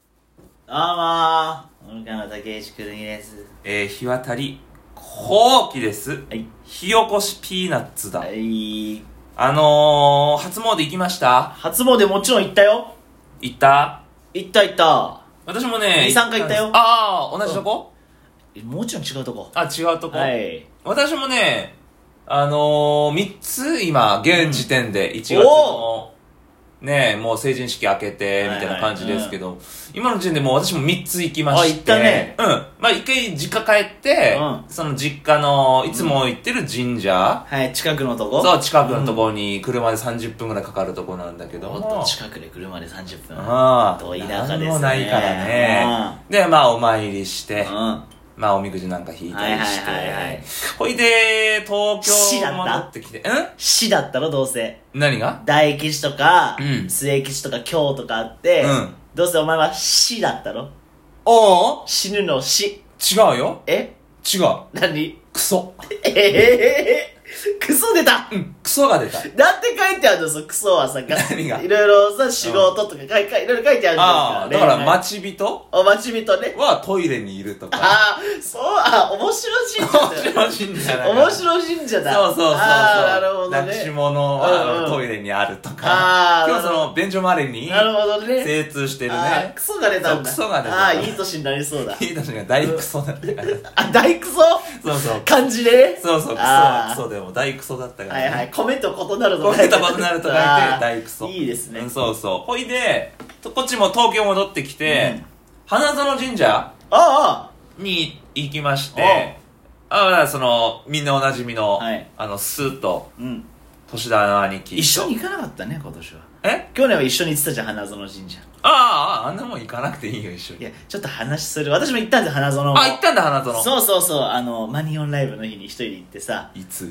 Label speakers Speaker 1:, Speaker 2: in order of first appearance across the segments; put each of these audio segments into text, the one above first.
Speaker 1: どうもー、岡野武石くるみです。
Speaker 2: えー、日渡り、後期です。
Speaker 1: はい。
Speaker 2: 火起こしピーナッツだ。
Speaker 1: はい。
Speaker 2: あのー、初詣行きました
Speaker 1: 初詣もちろん行ったよ。
Speaker 2: 行った
Speaker 1: 行った行った。
Speaker 2: 私もね、
Speaker 1: 二三回行ったよ
Speaker 2: んですああ、同じとこ、
Speaker 1: えもちろん違うとこ。
Speaker 2: あ、違うとこ、
Speaker 1: はい。
Speaker 2: 私もね、あのー、3つ今、現時点で、1月
Speaker 1: お
Speaker 2: の、ねもう成人式明けて、みたいな感じですけど、今の時点でもう私も3つ行きまして。
Speaker 1: あ行ったね
Speaker 2: うん。まあ一回実家帰って、
Speaker 1: う
Speaker 2: その実家の、いつも行ってる神社、
Speaker 1: はい、近くのとこ。
Speaker 2: そう、近くのところに車で30分ぐらいかかるとこなんだけど
Speaker 1: も
Speaker 2: も。
Speaker 1: っと近くで車で30分。
Speaker 2: ああ。
Speaker 1: 遠い田舎ですね。
Speaker 2: なんもないからね。で、まあ、お参りして
Speaker 1: う、ん。
Speaker 2: まあ、おみくじなんか引いたりして
Speaker 1: はいはいはいはい、
Speaker 2: ほいで、
Speaker 1: 死だ
Speaker 2: 東京
Speaker 1: った
Speaker 2: 戻ってきて、ん
Speaker 1: 市だったろ、どうせ。
Speaker 2: 何が
Speaker 1: 大吉とか、
Speaker 2: うん
Speaker 1: 末吉とか京とかあって、
Speaker 2: うん
Speaker 1: どうせお前は死だったろ
Speaker 2: おお
Speaker 1: 死ぬの死。
Speaker 2: 違うよ
Speaker 1: え
Speaker 2: 違う
Speaker 1: 何
Speaker 2: クソ
Speaker 1: ええクソ出た
Speaker 2: うん、クソが出 た。
Speaker 1: なんて書いてあるのそのクソはさ、が
Speaker 2: 何が
Speaker 1: いろいろさ、仕事とか書い書いいろいろ書いてあるじ
Speaker 2: あ
Speaker 1: ゃな
Speaker 2: あ、
Speaker 1: いです
Speaker 2: だ
Speaker 1: か。
Speaker 2: から
Speaker 1: ま、
Speaker 2: 待ち人
Speaker 1: お待ち人ね。
Speaker 2: はトイレにいるとか。
Speaker 1: ああ、そう、あ、面白神社だよ。
Speaker 2: 面白いんじゃない
Speaker 1: 面白神社だ。
Speaker 2: そうそうそうそう。
Speaker 1: ああ、なるほど
Speaker 2: なくし
Speaker 1: ね。
Speaker 2: 物は、
Speaker 1: うんうん
Speaker 2: トイレにあるとか。
Speaker 1: あー
Speaker 2: 今日その、便所までに、
Speaker 1: なるほどね。
Speaker 2: 精通してる
Speaker 1: あー
Speaker 2: ね
Speaker 1: ク。ソが出たんだ。
Speaker 2: そうクソが出た
Speaker 1: ああ、いい年になりそうだ。
Speaker 2: いい年が大クソだったから。
Speaker 1: あ、大クソ
Speaker 2: そうそう。
Speaker 1: 感じでね。
Speaker 2: そうそう、クソ
Speaker 1: あ
Speaker 2: は
Speaker 1: ー
Speaker 2: クソでも大クソだったから、
Speaker 1: は
Speaker 2: ね。
Speaker 1: いはい。米と異なると
Speaker 2: こういったことになると書いて
Speaker 1: あー
Speaker 2: 大クソ。
Speaker 1: いいですね
Speaker 2: うん。そうそう。ほいで、とこっちも東京戻ってきて、
Speaker 1: うん
Speaker 2: 花園神社
Speaker 1: あ
Speaker 2: に行きまして、ああ、その、みんなおなじみの、
Speaker 1: はい
Speaker 2: あの、スーと、
Speaker 1: あ、うん。
Speaker 2: 年田の兄貴。
Speaker 1: 一緒に行かなかったね、今年は。
Speaker 2: え
Speaker 1: 去年は一緒に行ってたじゃん、花園神社。
Speaker 2: ああ、あんなもん行かなくていいよ、一緒
Speaker 1: い
Speaker 2: に。
Speaker 1: や、ちょっと話する。私も行ったんですよ、花園も。
Speaker 2: あ、行ったんだ、花園。
Speaker 1: そうそうそう、あの、マニオンライブの日に一人で行ってさ、
Speaker 2: いつ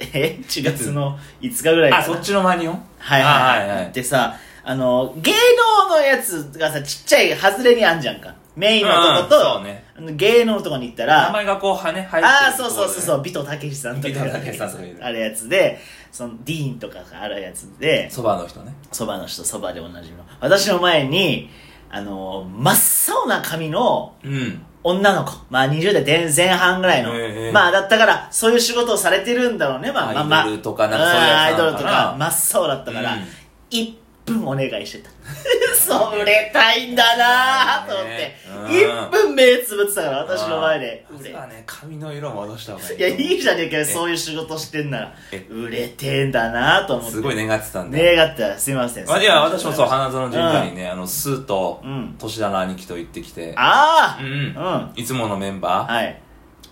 Speaker 1: え ?1 月の5日ぐらいかな
Speaker 2: あ、そっちのマニオン
Speaker 1: はいはいはい。
Speaker 2: あ
Speaker 1: 行ってさ、あの、芸能のやつがさ、ちっちゃい外れにあんじゃんか。メインのとこ
Speaker 2: うん
Speaker 1: と、
Speaker 2: そうね
Speaker 1: あの芸能のとこに行った
Speaker 2: 名
Speaker 1: ら、
Speaker 2: 前がこう、はね、入ってる。
Speaker 1: ああ、そうそうそうそうう、ビトたけしさんと
Speaker 2: ビ
Speaker 1: か
Speaker 2: トたけしさんとかいる
Speaker 1: あるやつで、その、ディーンとかがあるやつで、
Speaker 2: そばの人ね。
Speaker 1: そばの人、そばでおなじみの。私の前に、あの、真っ青な髪の、
Speaker 2: うん。
Speaker 1: 女の子、まあ20代前前半ぐらいの、
Speaker 2: ええ
Speaker 1: まあだったから、そういう仕事をされてるんだろうね、まあまあまあ。
Speaker 2: アイドルとかなんかそういうやつ
Speaker 1: んアイドルと
Speaker 2: なのか
Speaker 1: か、
Speaker 2: な
Speaker 1: 真っ青だったから、
Speaker 2: うん
Speaker 1: 1分お願いしてた。 そう、売れたいんだなぁと思って、
Speaker 2: ね
Speaker 1: 1分目つぶってたから、私の前で。売
Speaker 2: 実
Speaker 1: れ
Speaker 2: はね、髪の色戻した方がいい。
Speaker 1: いや、いいじゃねえかよ、
Speaker 2: え
Speaker 1: そういう仕事してんなら
Speaker 2: え。
Speaker 1: 売れてんだなぁと思って。
Speaker 2: すごい願ってたんで。
Speaker 1: 願ったらすいません。
Speaker 2: まあ、いや、私もそう、
Speaker 1: あ
Speaker 2: 花園神社にね、あの、スーと
Speaker 1: うん、
Speaker 2: 年田の兄貴と行ってきて、
Speaker 1: あ
Speaker 2: う
Speaker 1: ー
Speaker 2: ん
Speaker 1: うん。
Speaker 2: いつものメンバー、
Speaker 1: はい。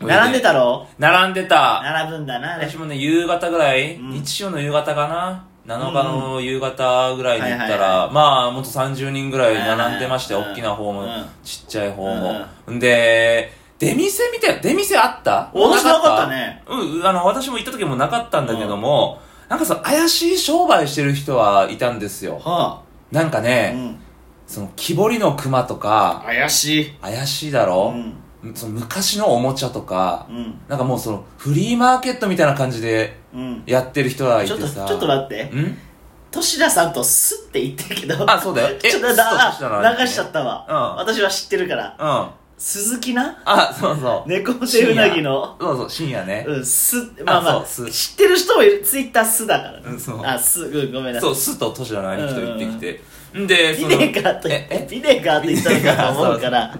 Speaker 2: おいで
Speaker 1: 並んでたろ
Speaker 2: 並んでた。
Speaker 1: 並ぶんだな、あれ
Speaker 2: 私もね、夕方ぐらい、
Speaker 1: うん
Speaker 2: 日曜の夕方かな。7日の夕方ぐらいに行った
Speaker 1: はいはい
Speaker 2: ら、まあ、もっと30人ぐらい並んでまして、
Speaker 1: はいはい
Speaker 2: 大きな方も
Speaker 1: うん、
Speaker 2: ちっちゃい方も。んで、出店みたいな、出店あった
Speaker 1: 私なかったね。
Speaker 2: うん、あの、私も行った時もなかったんだけども、なんかその怪しい商売してる人はいたんですよ。
Speaker 1: は
Speaker 2: なんか
Speaker 1: あ。う
Speaker 2: ね、
Speaker 1: ん。
Speaker 2: その木彫りの熊とか、
Speaker 1: 怪しい。
Speaker 2: 怪しいだろ
Speaker 1: うん。
Speaker 2: その昔のおもちゃとか
Speaker 1: う、ん。
Speaker 2: なんかもうそのフリーマーケットみたいな感じで
Speaker 1: うん。
Speaker 2: やってる人がい
Speaker 1: ちょっ
Speaker 2: て
Speaker 1: と、ちょ
Speaker 2: さ。
Speaker 1: っと待って。
Speaker 2: ん
Speaker 1: とし田さんとスって言ってるけど。
Speaker 2: あそうだよえ
Speaker 1: ちょっと
Speaker 2: スッとし
Speaker 1: だ
Speaker 2: たのあるね
Speaker 1: 流しちゃったわ。
Speaker 2: うん
Speaker 1: 私は知ってるから。
Speaker 2: うん。
Speaker 1: 鈴木な
Speaker 2: あ、そうそう。
Speaker 1: 猫背うなぎの。
Speaker 2: そうそう、深夜ね。
Speaker 1: うん、す、まあまあ、
Speaker 2: そうス
Speaker 1: 知ってる人もいる。ツイッターすだからね。
Speaker 2: うんそう
Speaker 1: あ、す、うん、ごめんなさ
Speaker 2: そ、。
Speaker 1: いう
Speaker 2: スとトシラの兄貴と行ってきて。んで、
Speaker 1: ビ
Speaker 2: その、
Speaker 1: ネガーと言
Speaker 2: え
Speaker 1: っ、
Speaker 2: え
Speaker 1: て、ビネガーと言ったのかと思うから。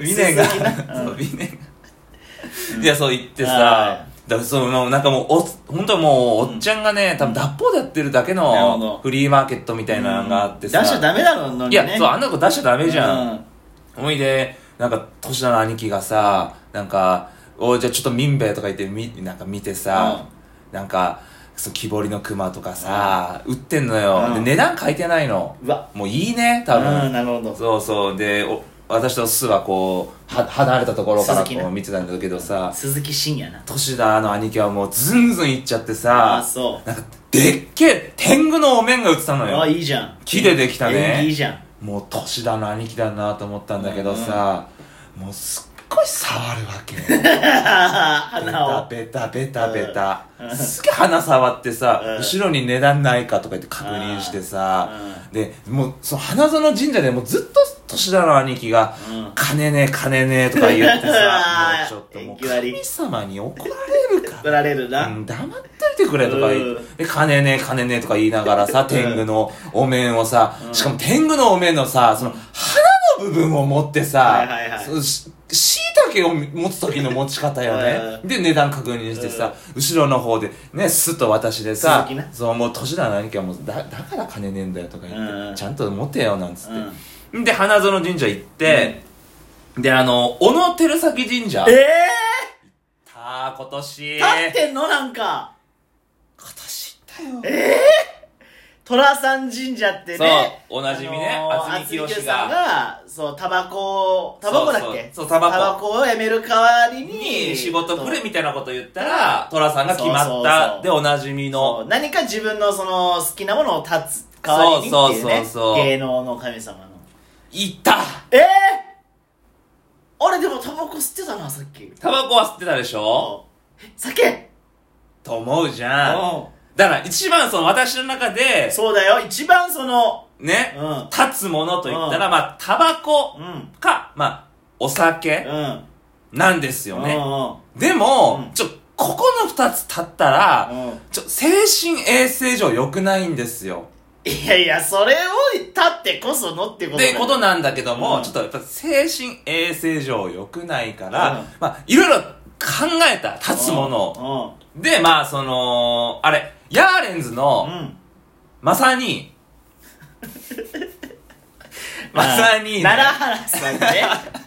Speaker 2: ビネガ
Speaker 1: 鈴木
Speaker 2: ー、
Speaker 1: な
Speaker 2: そうう、
Speaker 1: ん
Speaker 2: ビネガー。いや、そう言って
Speaker 1: は
Speaker 2: さ、だからそう、もうなんかもう、おっ、本当はもう、おっちゃんがね、多分脱法でやってるだけ
Speaker 1: なるほど
Speaker 2: のフリーマーケットみたいなのがあってさ。
Speaker 1: 出しちゃダメだろ、のにね。
Speaker 2: いや、そう、あんなこと出しちゃダメじゃん。
Speaker 1: うん。
Speaker 2: おいで、なんか、年田の兄貴がさ、なんか、おいじゃあちょっと民兵衛とか言って、み、なんか見てさ、なんか、そう、木彫りの熊とかさ、売ってんのよ、
Speaker 1: うん
Speaker 2: で、値段書いてないの。
Speaker 1: うわ。
Speaker 2: もういいね、
Speaker 1: う
Speaker 2: 多分。
Speaker 1: ん、なるほど。
Speaker 2: そうそう。で、お私とスーはこう、は、離れたところから
Speaker 1: 鈴木ね
Speaker 2: こう見てたんだけどさ、
Speaker 1: 鈴木真也な。
Speaker 2: 年田の兄貴はもうズンズン行っちゃって
Speaker 1: ああ、
Speaker 2: さ、
Speaker 1: そう。
Speaker 2: なんか、でっけえ、天狗のお面が売ってたのよ。
Speaker 1: あいいじゃん
Speaker 2: 木でできたね
Speaker 1: 縁起いいじゃん
Speaker 2: もう年だな兄貴だなと思ったんだけどさ、もうすっごい触るわ けベ
Speaker 1: 花
Speaker 2: タ
Speaker 1: を
Speaker 2: ベタベタベタ、
Speaker 1: うん
Speaker 2: すげえ鼻触ってさ、
Speaker 1: うん
Speaker 2: 後ろに値段ないかとか言って確認してさ、
Speaker 1: う
Speaker 2: でもうその花園神社でもうずっと年だの兄貴が、
Speaker 1: うん
Speaker 2: 金ねえ金ねえとか言ってさ、もうちょっともう
Speaker 1: いきなり
Speaker 2: 神様に怒られるか
Speaker 1: 怒られる
Speaker 2: ら、
Speaker 1: な、
Speaker 2: うん、黙っといてくれとか言っ
Speaker 1: うん
Speaker 2: て、で金ねえ金ねえとか言いながらさ、天狗のお面をさ、しかも天狗のお面のさ、その花の部分を持って
Speaker 1: は
Speaker 2: さ
Speaker 1: いはいはい、。
Speaker 2: そうし椎茸を持つ時の持ち方よねで、値段確認してさ、後ろの方で、ね、すっと私でさ
Speaker 1: 鈴木な、
Speaker 2: そう、もう年だの兄貴はもう、だ、だから金ねえんだよとか言っ
Speaker 1: うん
Speaker 2: て、ちゃんと持てよなんつって。
Speaker 1: うん
Speaker 2: で、花園神社行って、で、あの、小野照崎神社。
Speaker 1: え
Speaker 2: たあ、今年。
Speaker 1: えー、立ってんのなんか
Speaker 2: 今年行ったよ。
Speaker 1: ええ寅さん神社ってね
Speaker 2: そうおなじみね
Speaker 1: あのー
Speaker 2: 渥美清が
Speaker 1: 渥美さんがそうタバコをタバコだっけ
Speaker 2: そうそうそうタバコ
Speaker 1: をやめる代わりに
Speaker 2: に仕事来るみ
Speaker 1: た
Speaker 2: たいなこと言ったら、寅さんが決まった。
Speaker 1: そうそうそう
Speaker 2: で、おなじみの。
Speaker 1: 何か自分のその好きなものを断つ代わりにっていうね
Speaker 2: そうそうそうそう
Speaker 1: 芸能の神様の
Speaker 2: 行った
Speaker 1: ええー、あれでもタバコ吸ってたなさっき
Speaker 2: タバコは吸ってたでしょ
Speaker 1: え酒
Speaker 2: と思うじ
Speaker 1: う
Speaker 2: ゃん。
Speaker 1: ん
Speaker 2: だから、一番その私の中で、
Speaker 1: そうだよ一番その
Speaker 2: ね、
Speaker 1: うん
Speaker 2: 立つものと言ったら、まあ、タバコ
Speaker 1: うん
Speaker 2: か、まあ、お酒
Speaker 1: うん
Speaker 2: なんですよね。
Speaker 1: う
Speaker 2: でも
Speaker 1: う、ん
Speaker 2: ちょ、ここの二つ立ったら、
Speaker 1: んうんうん
Speaker 2: ちょ、精神衛生上良くないんですよ。
Speaker 1: いやいや、それを立ってこそのってこと
Speaker 2: っ
Speaker 1: だよ
Speaker 2: てことなんだけども、
Speaker 1: うん
Speaker 2: ちょっとやっぱ精神衛生上良くないから、
Speaker 1: うん
Speaker 2: まあ、いろいろ考えた、立つものを。
Speaker 1: の。
Speaker 2: で、まあ、その、あれ、ヤーレンズ
Speaker 1: うん。う
Speaker 2: の、
Speaker 1: ん。
Speaker 2: まさ に、まさに、ね、
Speaker 1: 奈良原さんね。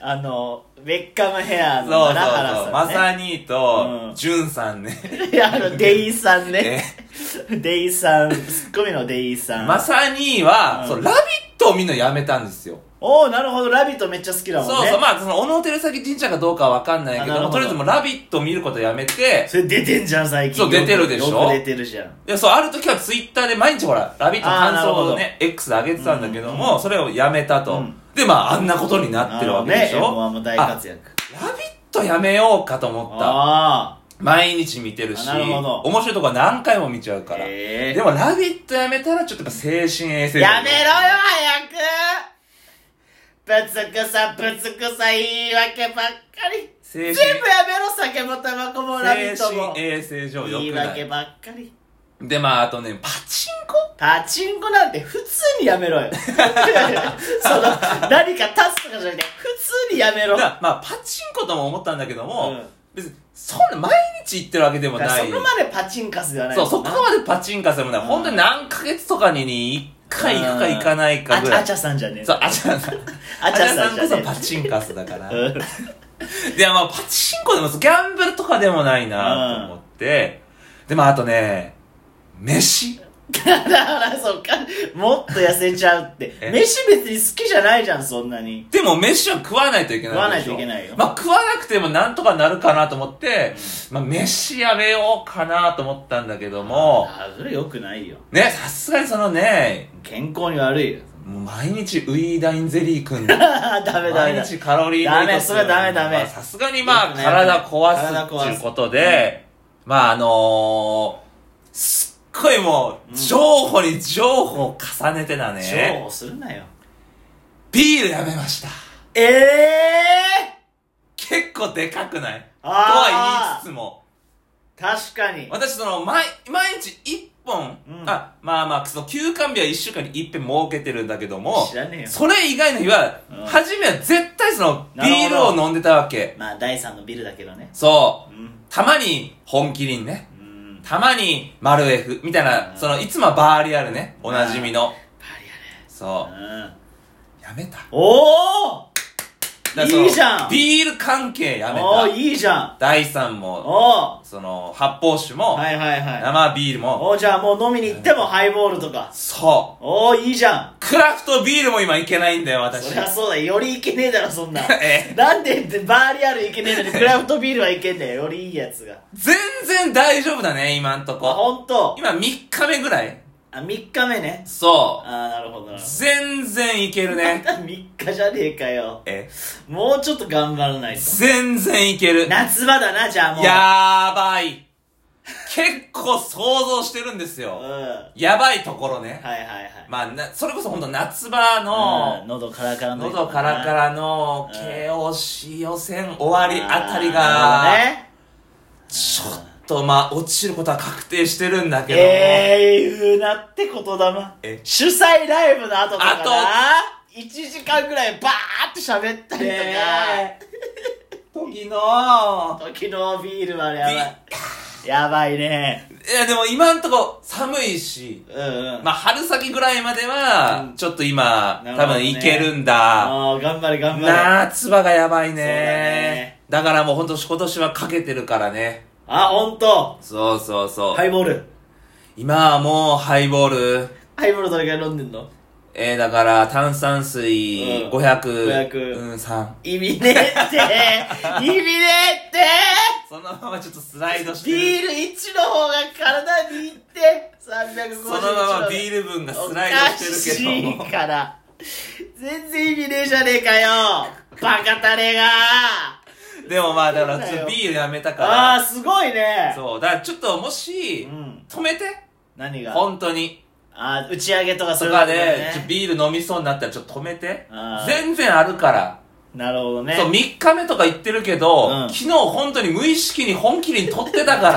Speaker 1: あの、ウェッカムヘア
Speaker 2: そう
Speaker 1: の
Speaker 2: そう
Speaker 1: 奈良原
Speaker 2: そう、ま
Speaker 1: さんね。
Speaker 2: さにと
Speaker 1: う、ん
Speaker 2: ジュンさんね。
Speaker 1: い や、あの、デイさんね
Speaker 2: え。
Speaker 1: デイさん、ツッコミのデイさん。
Speaker 2: まさには、
Speaker 1: うん
Speaker 2: そう、ラビットをみんなやめたんですよ。
Speaker 1: おおなるほど、ラビットめっちゃ好きだもんね。
Speaker 2: そうそう、まあ、その、小野照崎神社かどうかはわかんないけ
Speaker 1: あな
Speaker 2: ど
Speaker 1: る
Speaker 2: も、
Speaker 1: ほど
Speaker 2: とりあえずもう、ラビット見ることやめ て、
Speaker 1: それ出てんじゃん、最近。
Speaker 2: そう出てるでしょ
Speaker 1: よく出てるじゃん。
Speaker 2: いや、そう、ある時はツイッターで毎日ほら、ラビット
Speaker 1: あー
Speaker 2: 感想を
Speaker 1: なる
Speaker 2: ね、X で上げてたんだけど
Speaker 1: うんう
Speaker 2: も、それをやめたと、
Speaker 1: うん
Speaker 2: で、まあ、あんなことになってるわけでし
Speaker 1: あのね、M1
Speaker 2: ょ。
Speaker 1: も大活躍。
Speaker 2: ラビットやめようかと思った。
Speaker 1: あ
Speaker 2: 毎日見てるし、
Speaker 1: あなるほど
Speaker 2: 面白いとこは何回も見ちゃう
Speaker 1: あ。
Speaker 2: から。
Speaker 1: え
Speaker 2: でも、ラビットやめたら、ちょっとやっぱ精神衛生
Speaker 1: やめろよ早くぶつくさぶつくさ言い訳ばっかり
Speaker 2: 精
Speaker 1: 全
Speaker 2: 神
Speaker 1: 部やめろ酒もタバコもラビット
Speaker 2: 精
Speaker 1: も
Speaker 2: 神衛生上
Speaker 1: 言い
Speaker 2: 良くな
Speaker 1: 訳
Speaker 2: い。
Speaker 1: ばっかり
Speaker 2: で、まあ、あとね、パチンコ
Speaker 1: パチンコなんて普通にやめろよ その何か足すとかじゃなくて普通にやめろ
Speaker 2: だからまあ、パチンコとも思ったんだけども、
Speaker 1: うん
Speaker 2: 別に、そんな毎日行ってるわけでも
Speaker 1: だから
Speaker 2: な
Speaker 1: そ
Speaker 2: い。
Speaker 1: こまでパチンカスではない
Speaker 2: そう、そこ
Speaker 1: な
Speaker 2: までパチンカするもんね、
Speaker 1: うん
Speaker 2: 本当に何ヶ月とかにに1回行くか行かないかぐら
Speaker 1: あ
Speaker 2: い。
Speaker 1: あちゃさんじゃねえ
Speaker 2: そう、あちゃさん。
Speaker 1: あちゃさんじゃ
Speaker 2: こ
Speaker 1: ね
Speaker 2: そパチンカスだから。
Speaker 1: うん
Speaker 2: いや、まあ、パチンコでもそう、ギャンブルとかでもないなと思って。で、まあ、あとね、飯。
Speaker 1: だからそうかもっと痩せちゃうって
Speaker 2: え
Speaker 1: 飯別に好きじゃないじゃんそんなに
Speaker 2: でも飯は食わないといけない
Speaker 1: 食わないといけないよ
Speaker 2: まあ食わなくてもなんとかなるかなと思って、まあ飯やめようかなと思ったんだけども、
Speaker 1: あそれよくないよ
Speaker 2: ね、さすがにそのね、
Speaker 1: 健康に悪いよ
Speaker 2: もう毎日ウィーダインゼリーく ん
Speaker 1: ダメダメ
Speaker 2: 毎
Speaker 1: だ
Speaker 2: 日カロリーメイト
Speaker 1: ダメそれはダメダメ
Speaker 2: まあさすがにま
Speaker 1: よ
Speaker 2: あ
Speaker 1: くない
Speaker 2: 体壊す
Speaker 1: 体壊す
Speaker 2: っていうことで、まああのー、すっごいもう、情報に情報を重ねてだ
Speaker 1: 情
Speaker 2: ね、
Speaker 1: 報するなよ
Speaker 2: ビールやめました。
Speaker 1: ええ
Speaker 2: 結構でかくないと
Speaker 1: あー
Speaker 2: は言いつつも、
Speaker 1: ー、確かに
Speaker 2: 私その毎毎日一本、
Speaker 1: うん
Speaker 2: あまあまあその休館日は一週間に一遍設けてるんだけども
Speaker 1: 知らねえよ
Speaker 2: それ以外の日は、
Speaker 1: うん
Speaker 2: 初めは絶対そのビ
Speaker 1: なるほど
Speaker 2: ールを飲んでたわけ
Speaker 1: まあ第三のビルだけどね
Speaker 2: そう
Speaker 1: うん
Speaker 2: たまに本麒麟ね
Speaker 1: うん
Speaker 2: たまに丸 F みたいな、
Speaker 1: うん
Speaker 2: そのいつもはバーリアルねおなじみの、
Speaker 1: パ
Speaker 2: そ
Speaker 1: リやね
Speaker 2: うやめた
Speaker 1: うんおお
Speaker 2: だからその
Speaker 1: いいじゃん
Speaker 2: ビール関係やめ
Speaker 1: おー
Speaker 2: た
Speaker 1: いいじゃん
Speaker 2: 第三も
Speaker 1: お
Speaker 2: その発泡酒も、
Speaker 1: おはいはいはい
Speaker 2: 生ビールも
Speaker 1: おーじゃあもう飲みに行ってもハイボールとか
Speaker 2: そう
Speaker 1: おおいいじゃん
Speaker 2: クラフトビールも今いけないんだよ私
Speaker 1: そりゃそうだよよりいけねえだろそんな
Speaker 2: え
Speaker 1: なんでバーリアルいけねえのにクラフトビールはいけんだよよりいいや つが
Speaker 2: 全然大丈夫だね、今んと
Speaker 1: あ
Speaker 2: こ。
Speaker 1: ほんと
Speaker 2: 今3日目ぐらい
Speaker 1: あ3日目ね
Speaker 2: そ
Speaker 1: ああなるほどなるほど
Speaker 2: う。全然いける ね。
Speaker 1: また3日じゃねえかよ
Speaker 2: え
Speaker 1: もうちょ っと頑張らないと
Speaker 2: 全然いける。や
Speaker 1: 夏場だなじゃあもう
Speaker 2: ーばい。結構想像してるんです
Speaker 1: うん
Speaker 2: よ。
Speaker 1: は
Speaker 2: やばいところね
Speaker 1: い。はいはい
Speaker 2: まあ、なそれこそ本当夏場の
Speaker 1: うん、喉カラカラの
Speaker 2: 喉カラカラの
Speaker 1: うん
Speaker 2: KOC 予選終わりあたり
Speaker 1: あー
Speaker 2: が、
Speaker 1: ね
Speaker 2: ちょっとまあ、落ちることは確定してるんだけども、
Speaker 1: ええー、言うなってことだな
Speaker 2: え
Speaker 1: 主催ライブの後とか
Speaker 2: あ
Speaker 1: な
Speaker 2: と
Speaker 1: 1時間ぐらいバーって喋ったりとか、
Speaker 2: ねえ時の、
Speaker 1: 時のビールはやばいやばいね
Speaker 2: いやでも今んとこ寒いし、
Speaker 1: うんうん
Speaker 2: まあ春先ぐらいまでは
Speaker 1: う、ん
Speaker 2: ちょっと今、
Speaker 1: なる
Speaker 2: 多
Speaker 1: ほどね
Speaker 2: 分いけるんだ。
Speaker 1: あー頑張れ頑張れ
Speaker 2: 夏場がやばい
Speaker 1: そうだ
Speaker 2: ね
Speaker 1: ね。
Speaker 2: だからもうほんと今年はかけてるからね。
Speaker 1: あ本当
Speaker 2: そうそうそう。
Speaker 1: ハイボール
Speaker 2: 今はもうハイボール、
Speaker 1: ハイボールどれくらい飲んでんの
Speaker 2: えー、だから炭酸水
Speaker 1: うん
Speaker 2: 500、
Speaker 1: 500
Speaker 2: うん、3。
Speaker 1: 意味ねえ って意味ね
Speaker 2: そのままちょっとスライ
Speaker 1: え
Speaker 2: ド
Speaker 1: っ
Speaker 2: しててる
Speaker 1: ビール1の方が体にいって350
Speaker 2: そのままビ
Speaker 1: ル
Speaker 2: ール分がスライドしてるけ
Speaker 1: お
Speaker 2: ど
Speaker 1: かしいから全然意味ねえじゃねえかよバカタレが
Speaker 2: でもまあだからちょっとビールやめたから
Speaker 1: あーすごいね
Speaker 2: そう。だからちょっともし
Speaker 1: う、ん
Speaker 2: 止めて。
Speaker 1: 何が
Speaker 2: 本当に。
Speaker 1: あー打ち上げとかそ
Speaker 2: と
Speaker 1: れだ
Speaker 2: か
Speaker 1: とね
Speaker 2: で、ちょビール飲みそうになったらちょっと止めて
Speaker 1: あ。ー
Speaker 2: 全然あるから。
Speaker 1: なるほどね
Speaker 2: そう、3日目とか言ってるけど、
Speaker 1: うん
Speaker 2: 昨日本当に無意識に本気に取ってたから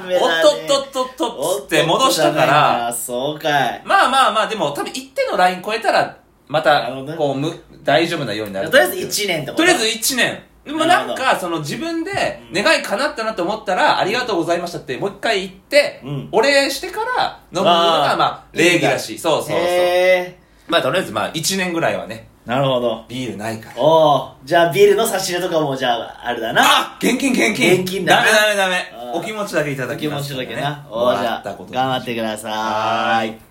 Speaker 1: ダ、メだ
Speaker 2: おっ
Speaker 1: ね
Speaker 2: とっとっとっとっつって戻したから、
Speaker 1: あそうかい
Speaker 2: まあまあまあ、でも多分一定のライン超えたら、ま
Speaker 1: な
Speaker 2: た
Speaker 1: るほど、ね
Speaker 2: こう、む、大丈夫なようになる。
Speaker 1: とりあえず1年ってこと
Speaker 2: とりあえず
Speaker 1: ず
Speaker 2: 1年。でも
Speaker 1: な
Speaker 2: な
Speaker 1: るほ
Speaker 2: ん
Speaker 1: ど
Speaker 2: か、その自分で願い叶ったなと思ったら、ありがとうございましたって、もう一回言って
Speaker 1: うん、
Speaker 2: お礼してから飲むのが
Speaker 1: あ、ー
Speaker 2: まあ、礼儀だし、そうそうそう。
Speaker 1: へえ
Speaker 2: まあ、とりあえず、まあ、1年ぐらいはね、
Speaker 1: なるほど
Speaker 2: ビールないから。
Speaker 1: おおじゃあビールの差し入れとかもじゃああれだな
Speaker 2: あ現金、現金。
Speaker 1: 現金だ
Speaker 2: ダ
Speaker 1: な
Speaker 2: メダメダメ
Speaker 1: あ。ー
Speaker 2: お気持ちだけいた
Speaker 1: お
Speaker 2: だ
Speaker 1: 気
Speaker 2: き
Speaker 1: 持
Speaker 2: ま
Speaker 1: ち
Speaker 2: すから
Speaker 1: だ
Speaker 2: ね。
Speaker 1: けなお
Speaker 2: も
Speaker 1: おじ
Speaker 2: ら
Speaker 1: ゃ
Speaker 2: った
Speaker 1: あ
Speaker 2: こと
Speaker 1: 頑張ってくださ
Speaker 2: はー
Speaker 1: い
Speaker 2: い